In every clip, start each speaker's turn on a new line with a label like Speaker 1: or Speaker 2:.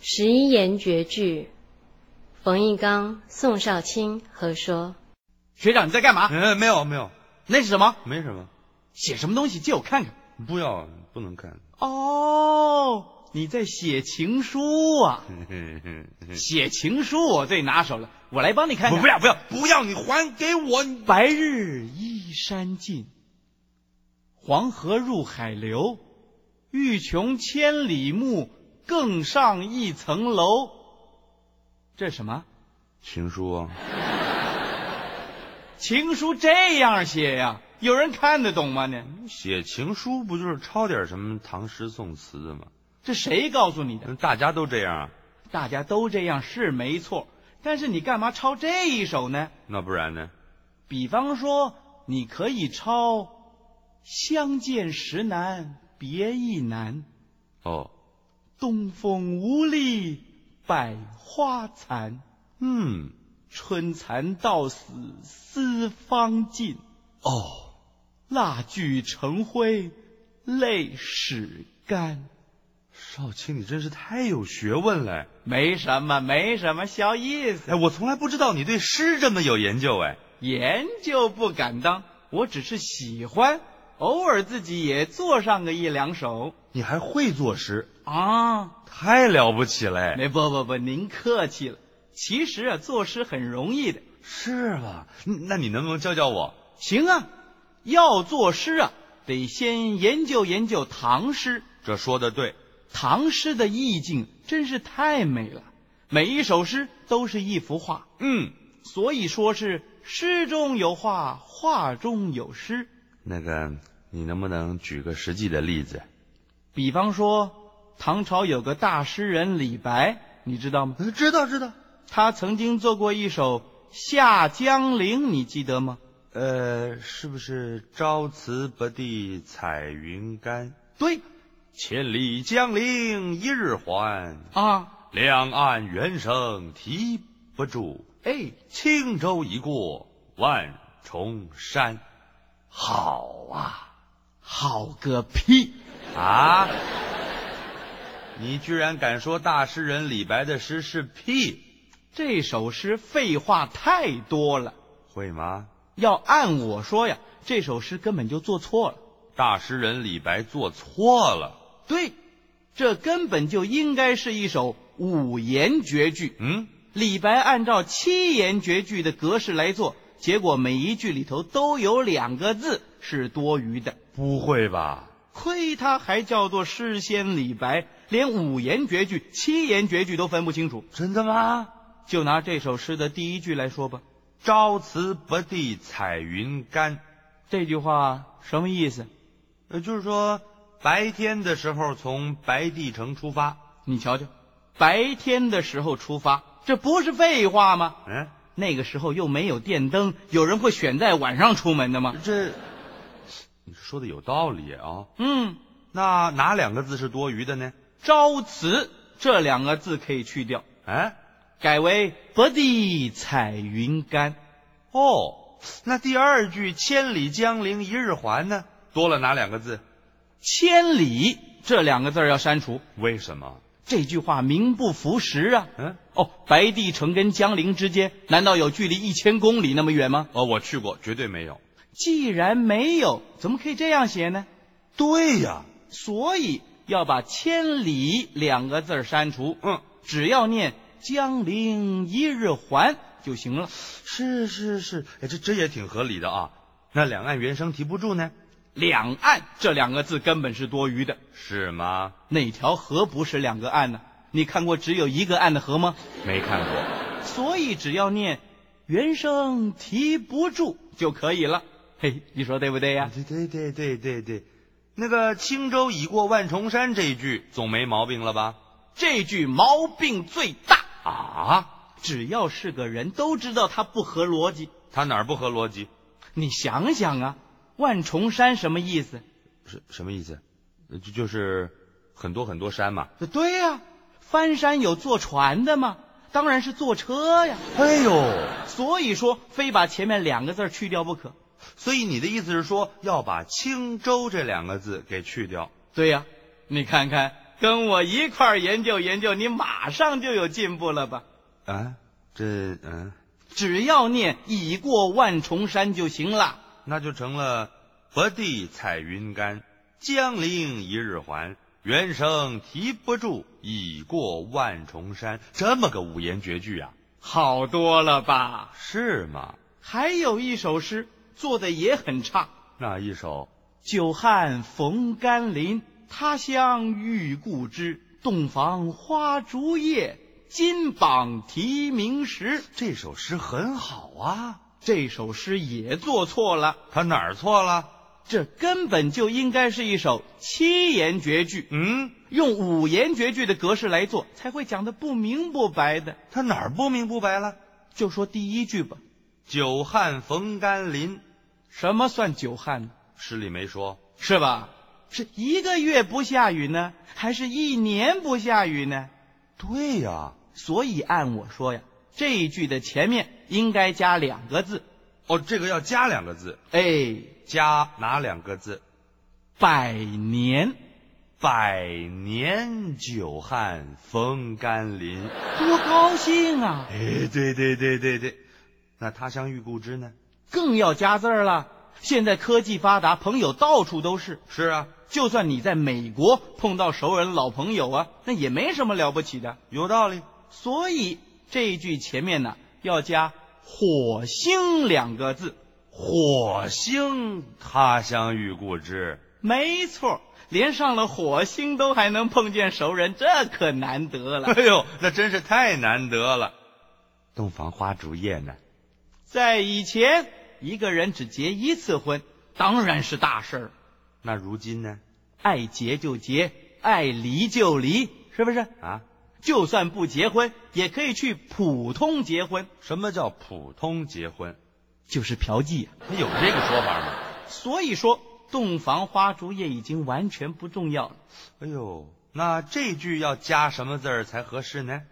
Speaker 1: 十一言绝句，冯玉刚、宋少卿合说。
Speaker 2: 学长，你在干嘛？
Speaker 3: 嗯，没有没有，
Speaker 2: 那是什么？
Speaker 3: 没什么，
Speaker 2: 写什么东西？借我看看。
Speaker 3: 不要不能看。
Speaker 2: 哦，你在写情书啊？
Speaker 3: 不
Speaker 2: 写情书我最拿手了，我来帮你看看。
Speaker 3: 不要不要不要，你还给我！你
Speaker 2: 白日依山尽，黄河入海流。欲穷千里目，更上一层楼。这什么
Speaker 3: 情书啊，
Speaker 2: 情书这样写呀？有人看得懂吗？呢？
Speaker 3: 写情书不就是抄点什么唐诗宋词的吗？
Speaker 2: 这谁告诉你的？
Speaker 3: 大家都这样啊，
Speaker 2: 大家都这样是没错，但是你干嘛抄这一首呢？
Speaker 3: 那不然呢？
Speaker 2: 比方说，你可以抄“相见时难别亦难，
Speaker 3: 哦，
Speaker 2: 东风无力百花残，
Speaker 3: 嗯，
Speaker 2: 春蚕到死丝方尽，
Speaker 3: 哦，
Speaker 2: 蜡炬成灰泪始干。”
Speaker 3: 少卿你真是太有学问了。
Speaker 2: 没什么，没什么，小意思。
Speaker 3: 哎，我从来不知道你对诗这么有研究哎。
Speaker 2: 研究不敢当，我只是喜欢，偶尔自己也做上个一两首
Speaker 3: 你还会作诗，
Speaker 2: 啊。
Speaker 3: 太了不起了哎。
Speaker 2: 没不不不，您客气了。其实啊，作诗很容易的。
Speaker 3: 是吧？嗯那你能不能教教我？
Speaker 2: 行啊，要作诗啊，得先研究研究唐诗。
Speaker 3: 这说的对，
Speaker 2: 唐诗的意境真是太美了，每一首诗都是一幅画，
Speaker 3: 嗯，
Speaker 2: 所以说是诗中有画，画中有诗。
Speaker 3: 那个你能不能举个实际的例子？
Speaker 2: 比方说，唐朝有个大诗人李白，你知道吗？
Speaker 3: 嗯，知道知道。
Speaker 2: 他曾经做过一首《下江陵》，你记得吗？
Speaker 3: 呃，是不是朝辞白帝彩云间，
Speaker 2: 对
Speaker 3: 千里江陵一日还？
Speaker 2: 啊，
Speaker 3: 两岸猿声啼不住，
Speaker 2: 哎，
Speaker 3: 轻舟已过万重山。好啊
Speaker 2: 好个屁！
Speaker 3: 啊！你居然敢说大诗人李白的诗是屁？
Speaker 2: 这首诗废话太多了，
Speaker 3: 会吗？
Speaker 2: 要按我说呀，这首诗根本就做错了。
Speaker 3: 大诗人李白做错了。
Speaker 2: 对，这根本就应该是一首五言绝句。
Speaker 3: 嗯，
Speaker 2: 李白按照七言绝句的格式来做，结果每一句里头都有两个字是多余的。
Speaker 3: 不会吧？
Speaker 2: 亏他还叫做诗仙李白，连五言绝句、七言绝句都分不清楚。
Speaker 3: 真的吗？
Speaker 2: 就拿这首诗的第一句来说吧，
Speaker 3: 朝辞白帝彩云间，
Speaker 2: 这句话什么意思？
Speaker 3: 呃，就是说白天的时候从白帝城出发。
Speaker 2: 你瞧瞧，白天的时候出发，这不是废话吗？
Speaker 3: 嗯，
Speaker 2: 那个时候又没有电灯，有人会选在晚上出门的吗？
Speaker 3: 这你说的有道理啊。
Speaker 2: 嗯，
Speaker 3: 那哪两个字是多余的呢？
Speaker 2: 朝辞这两个字可以去掉，
Speaker 3: 哎，
Speaker 2: 改为白帝彩云间。
Speaker 3: 哦，那第二句“千里江陵一日还”呢？多了哪两个字？
Speaker 2: 千里这两个字儿要删除，
Speaker 3: 为什么？
Speaker 2: 这句话名不符实啊。
Speaker 3: 嗯，
Speaker 2: 哦，白帝城跟江陵之间难道有距离一千公里那么远吗？
Speaker 3: 哦，我去过，绝对没有。
Speaker 2: 既然没有，怎么可以这样写呢？
Speaker 3: 对呀，
Speaker 2: 所以要把“千里”两个字儿删除，
Speaker 3: 嗯，
Speaker 2: 只要念“江陵一日还”就行了。
Speaker 3: 是是是，哎，这这也挺合理的啊。那两岸猿声啼不住呢？
Speaker 2: 两岸这两个字根本是多余的，
Speaker 3: 是吗？
Speaker 2: 哪条河不是两个岸呢？你看过只有一个岸的河吗？
Speaker 3: 没看过。
Speaker 2: 所以只要念“猿声啼不住”就可以了。嘿，你说对不对呀？
Speaker 3: 对对对对对对，那个“轻舟已过万重山”这一句总没毛病了吧？
Speaker 2: 这句毛病最大，
Speaker 3: 啊，
Speaker 2: 只要是个人都知道它不合逻辑。
Speaker 3: 他哪儿不合逻辑？
Speaker 2: 你想想啊，万重山什么意思？
Speaker 3: 什什么意思？呃就就是很多很多山嘛。
Speaker 2: 对呀、翻山有坐船的吗？当然是坐车呀。
Speaker 3: 哎呦，
Speaker 2: 所以说，非把前面两个字儿去掉不可。
Speaker 3: 所以你的意思是说要把“轻舟”这两个字给去掉？
Speaker 2: 对呀、你看看跟我一块儿研究研究，你马上就有进步了吧？
Speaker 3: 啊，这嗯，
Speaker 2: 只要念“已过万重山”就行了。
Speaker 3: 那就成了薄地彩云干，江陵一日还。猿声啼不住，已过万重山。这么个五言绝句啊，
Speaker 2: 好多了吧？
Speaker 3: 是吗？
Speaker 2: 还有一首诗做的也很差，
Speaker 3: 那一首？
Speaker 2: 久旱逢甘霖，他乡遇故知。洞房花烛夜，金榜题名时。
Speaker 3: 这首诗很好啊，
Speaker 2: 这首诗也做错了，
Speaker 3: 他哪儿错了？
Speaker 2: 这根本就应该是一首七言绝句，
Speaker 3: 嗯，
Speaker 2: 用五言绝句的格式来做，才会讲的不明不白的。
Speaker 3: 他哪儿不明不白了？
Speaker 2: 就说第一句吧，
Speaker 3: 久旱逢甘霖，
Speaker 2: 什么算久旱呢？
Speaker 3: 诗里没说。
Speaker 2: 是吧？是一个月不下雨呢，还是一年不下雨呢？
Speaker 3: 对呀、
Speaker 2: 所以按我说呀，这一句的前面应该加两个字，
Speaker 3: 哦，这个要加两个字，
Speaker 2: 哎，
Speaker 3: 加哪两个字？
Speaker 2: 百年。
Speaker 3: 百年久旱逢甘霖。
Speaker 2: 多高兴啊！
Speaker 3: 哎，对对对对对，那他乡遇故知呢？
Speaker 2: 更要加字儿了。现在科技发达，朋友到处都是。
Speaker 3: 是啊，
Speaker 2: 就算你在美国碰到熟人、老朋友啊，那也没什么了不起的。
Speaker 3: 有道理。
Speaker 2: 所以这一句前面呢要加“火星”两个字。
Speaker 3: 火星他乡遇故知，
Speaker 2: 没错，连上了火星都还能碰见熟人，这可难得了。
Speaker 3: 哎呦，那真是太难得了。洞房花烛夜呢？
Speaker 2: 在以前，一个人只结一次婚，当然是大事儿。
Speaker 3: 那如今呢？
Speaker 2: 爱结就结，爱离就离，是不是？
Speaker 3: 啊，
Speaker 2: 就算不结婚，也可以去普通结婚，
Speaker 3: 什么叫普通结婚？
Speaker 2: 就是嫖妓、
Speaker 3: 他有这个说法吗？
Speaker 2: 所以说，洞房花烛夜已经完全不重要了。
Speaker 3: 哎呦，那这句要加什么字儿才合适呢？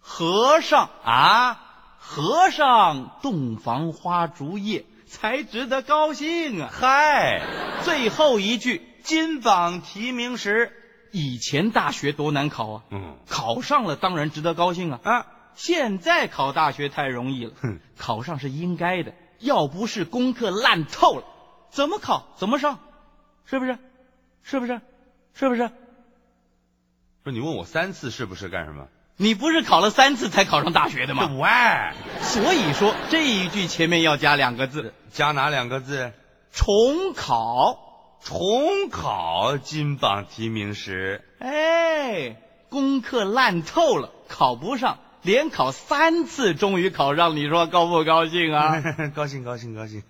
Speaker 2: 和尚，
Speaker 3: 啊，
Speaker 2: 和尚洞房花烛夜才值得高兴啊！
Speaker 3: 嗨，
Speaker 2: 最后一句，
Speaker 3: 金榜题名时，
Speaker 2: 以前大学多难考啊，
Speaker 3: 嗯
Speaker 2: 考上了当然值得高兴啊。
Speaker 3: 啊，
Speaker 2: 现在考大学太容易了，
Speaker 3: 哼，
Speaker 2: 考上是应该的，要不是功课烂透了，怎么考怎么上，是不是？是不是？是不是？
Speaker 3: 不是你问我三次是不是干什么？
Speaker 2: 你不是考了三次才考上大学的吗？
Speaker 3: 喂，
Speaker 2: 所以说这一句前面要加两个字
Speaker 3: 加哪两个字？
Speaker 2: “重考
Speaker 3: 重考金榜题名时，”。
Speaker 2: 哎，功课烂透了，考不上，连考三次终于考上，你说高不高兴啊？
Speaker 3: 高兴高兴高兴。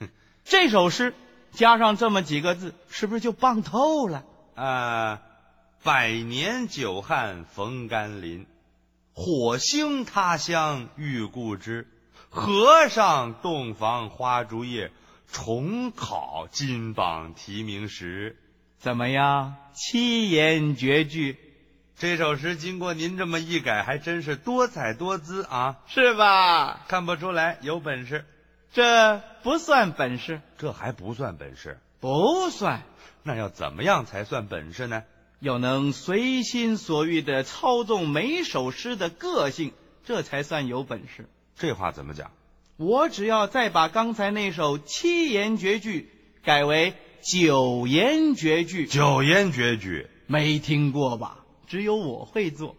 Speaker 2: 这首诗加上这么几个字，是不是就棒透了？
Speaker 3: 啊，百年久旱逢甘霖，火星他乡遇故知，和尚洞房花烛夜，重考金榜题名时。
Speaker 2: 怎么样？七言绝句
Speaker 3: 这首诗经过您这么一改，还真是多彩多姿啊！
Speaker 2: 是吧？
Speaker 3: 看不出来有本事，
Speaker 2: 这不算本事，
Speaker 3: 这还不算本事，
Speaker 2: 不算。
Speaker 3: 那要怎么样才算本事呢？
Speaker 2: 要能随心所欲的操纵每首诗的个性，这才算有本事。
Speaker 3: 这话怎么讲？
Speaker 2: 我只要再把刚才那首七言绝句改为九言绝句，
Speaker 3: 九言绝句
Speaker 2: 没听过吧？只有我会做，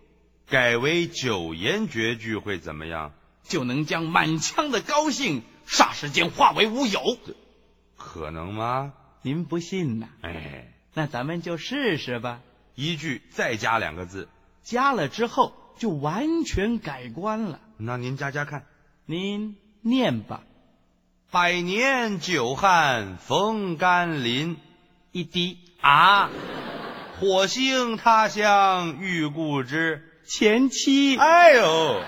Speaker 3: 改为九言绝句会怎么样？
Speaker 2: 就能将满腔的高兴霎时间化为乌有。
Speaker 3: 可能吗？
Speaker 2: 您不信呐？
Speaker 3: 哎，
Speaker 2: 那咱们就试试吧。
Speaker 3: 一句再加两个字，
Speaker 2: 加了之后就完全改观了。
Speaker 3: 那您加加看。
Speaker 2: 您念吧，
Speaker 3: 百年久旱逢甘霖
Speaker 2: 一滴
Speaker 3: 啊，火星他乡遇故知。
Speaker 2: 前期
Speaker 3: 哎呦，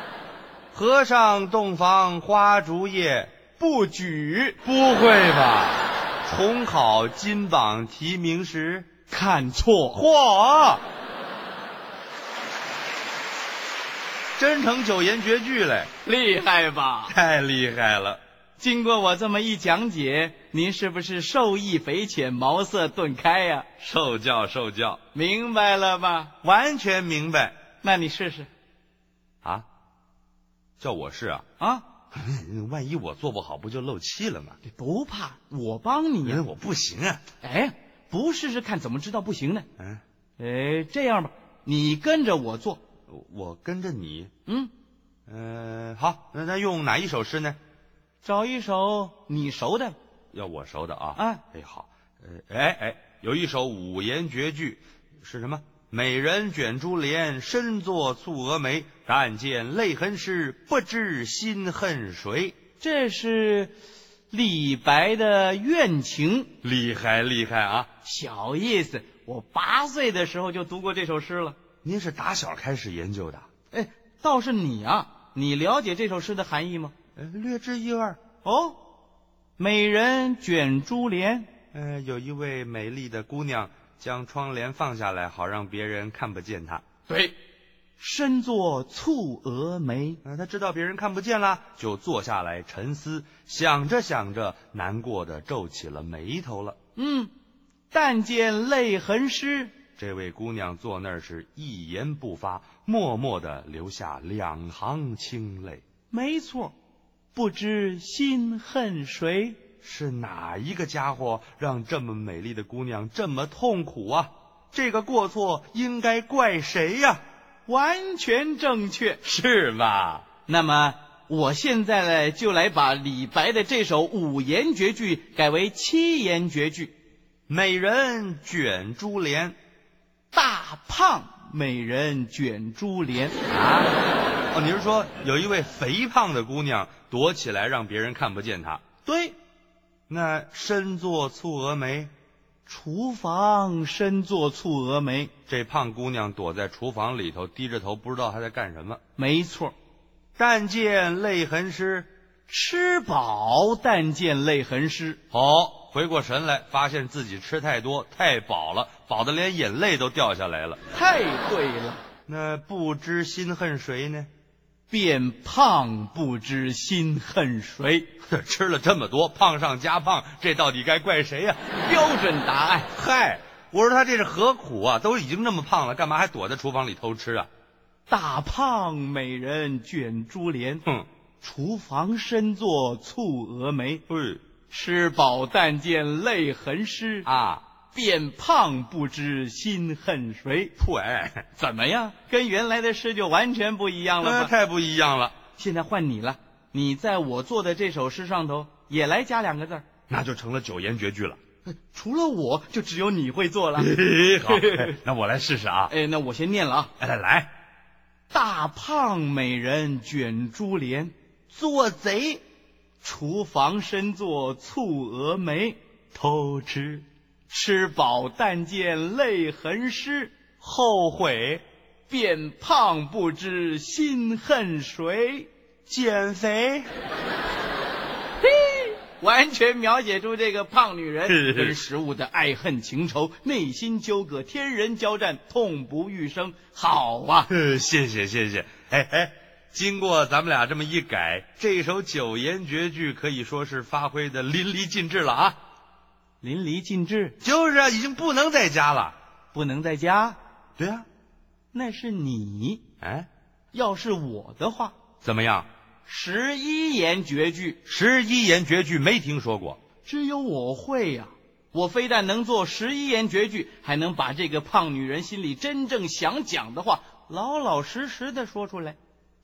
Speaker 3: 和尚洞房花烛夜，
Speaker 2: 不举，
Speaker 3: 不会吧？重考金榜题名时，
Speaker 2: 看错。
Speaker 3: 嚯，真成九言绝句嘞，
Speaker 2: 厉害吧？
Speaker 3: 太厉害了！
Speaker 2: 经过我这么一讲解，您是不是受益匪浅，茅塞顿开呀、
Speaker 3: 受教受教，
Speaker 2: 明白了吧？
Speaker 3: 完全明白
Speaker 2: 那你试试
Speaker 3: 啊！叫我试啊，
Speaker 2: 啊！
Speaker 3: 万一我做不好，不就漏气了吗？
Speaker 2: 你不怕，我帮你呀
Speaker 3: 嗯，我不行啊。
Speaker 2: 哎，不试试看怎么知道不行呢？
Speaker 3: 嗯，
Speaker 2: 哎，这样吧，你跟着我做，
Speaker 3: 我嗯我跟着你。
Speaker 2: 嗯，
Speaker 3: 嗯、好，那那用哪一首诗呢？
Speaker 2: 找一首你熟的
Speaker 3: 要我熟的啊。
Speaker 2: 啊，
Speaker 3: 哎，好，呃，哎哎，有一首五言绝句，是什么？美人卷珠帘，深坐蹙蛾眉。但见泪痕湿，不知心恨谁。
Speaker 2: 这是李白的《怨情》，
Speaker 3: 厉害厉害啊！
Speaker 2: 小意思。我八岁的时候就读过这首诗了。
Speaker 3: 您是打小开始研究的？
Speaker 2: 哎，倒是你啊，你了解这首诗的含义吗？
Speaker 3: 呃，略知一二。
Speaker 2: 哦，美人卷珠帘，
Speaker 3: 呃，有一位美丽的姑娘将窗帘放下来，好让别人看不见她。
Speaker 2: 对，身作蹙蛾眉。
Speaker 3: 呃，她知道别人看不见啦，就坐下来沉思，想着想着，难过的皱起了眉头了。
Speaker 2: 嗯，但见泪痕湿。
Speaker 3: 这位姑娘坐那儿是一言不发，默默的流下两行清泪。
Speaker 2: 没错，不知心恨谁。
Speaker 3: 是哪一个家伙让这么美丽的姑娘这么痛苦啊？这个过错应该怪谁呀、
Speaker 2: 完全正确。
Speaker 3: 是吧？
Speaker 2: 那么，我现在呢，就来把李白的这首五言绝句改为七言绝句。
Speaker 3: 美人卷珠帘，
Speaker 2: 大胖美人卷珠帘，
Speaker 3: 哦，你是说有一位肥胖的姑娘躲起来让别人看不见她？
Speaker 2: 对，
Speaker 3: 那身坐蹙蛾眉，
Speaker 2: 厨房深坐蹙蛾眉，
Speaker 3: 这胖姑娘躲在厨房里头，低着头不知道她在干什么。
Speaker 2: 没错。
Speaker 3: 但见泪痕湿，
Speaker 2: 吃饱但见泪痕湿，
Speaker 3: 哦，回过神来，发现自己吃太多太饱了，饱得连眼泪都掉下来了。
Speaker 2: 太对了。
Speaker 3: 那不知心恨谁呢？
Speaker 2: 变胖不知心恨谁，
Speaker 3: 吃了这么多，胖上加胖，这到底该怪谁呀、
Speaker 2: 标准答案。
Speaker 3: 嗨，我说他这是何苦啊？都已经这么胖了，干嘛还躲在厨房里偷吃啊？
Speaker 2: 大胖美人卷珠帘，
Speaker 3: 哼，
Speaker 2: 厨房深坐蹙蛾眉。
Speaker 3: 嘿
Speaker 2: 吃饱但见泪痕湿，
Speaker 3: 啊，
Speaker 2: 变胖不知心恨谁。
Speaker 3: 呸，
Speaker 2: 怎么样？跟原来的诗就完全不一样了
Speaker 3: 那
Speaker 2: 吧？
Speaker 3: 太不一样了。
Speaker 2: 现在换你了，你在我做的这首诗上头也来加两个字儿。
Speaker 3: 那就成了九言绝句了。
Speaker 2: 除了我，就只有你会做了。
Speaker 3: 好，那我来试试啊。
Speaker 2: 哎，那我先念了啊。
Speaker 3: 哎，来来，
Speaker 2: 大胖美人卷珠帘，
Speaker 3: 做贼
Speaker 2: 厨房深坐蹙蛾眉。
Speaker 3: 偷吃，
Speaker 2: 吃饱但见泪痕湿，
Speaker 3: 后悔
Speaker 2: 变胖不知心恨谁。
Speaker 3: 减肥。
Speaker 2: 完全描写出这个胖女人
Speaker 3: 是
Speaker 2: 对食物的爱恨情仇、内心纠葛、天人交战、痛不欲生。好啊，
Speaker 3: 呃，谢谢谢谢。哎哎，经过咱们俩这么一改，这首九言绝句可以说是发挥的淋漓尽致了啊！
Speaker 2: 淋漓尽致，
Speaker 3: 就是啊，已经不能再加了。
Speaker 2: 不能在家，
Speaker 3: 对啊，
Speaker 2: 那是你。
Speaker 3: 哎，
Speaker 2: 要是我的话，
Speaker 3: 怎么样？
Speaker 2: 十一言绝句
Speaker 3: 十一言绝句没听说过，
Speaker 2: 只有我会呀、我非但能做十一言绝句，还能把这个胖女人心里真正想讲的话老老实实的说出来。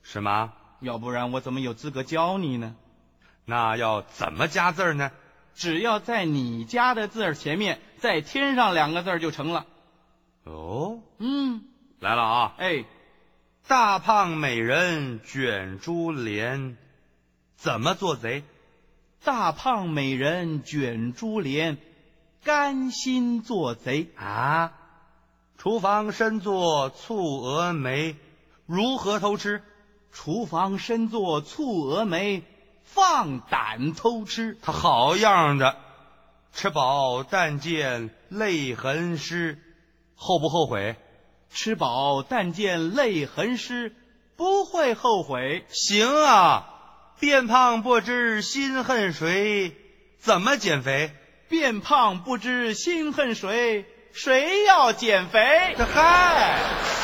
Speaker 3: 是吗？
Speaker 2: 要不然我怎么有资格教你呢？
Speaker 3: 那要怎么加字儿呢？
Speaker 2: 只要在你家的字儿前面再添上两个字儿就成了。
Speaker 3: 哦，
Speaker 2: 嗯，
Speaker 3: 来了啊！
Speaker 2: 哎，
Speaker 3: 大胖美人卷珠帘，怎么做贼？
Speaker 2: 大胖美人卷珠帘，甘心做贼。
Speaker 3: 啊，厨房深坐蹙蛾眉，如何偷吃？
Speaker 2: 厨房深坐蹙蛾眉，放胆偷吃。
Speaker 3: 他好样的，吃饱但见泪痕湿，后不后悔？
Speaker 2: 吃饱但见泪痕湿，不会后悔。
Speaker 3: 行啊，变胖不知心恨谁，怎么减肥？
Speaker 2: 变胖不知心恨谁，谁要减肥？
Speaker 3: 这嗨。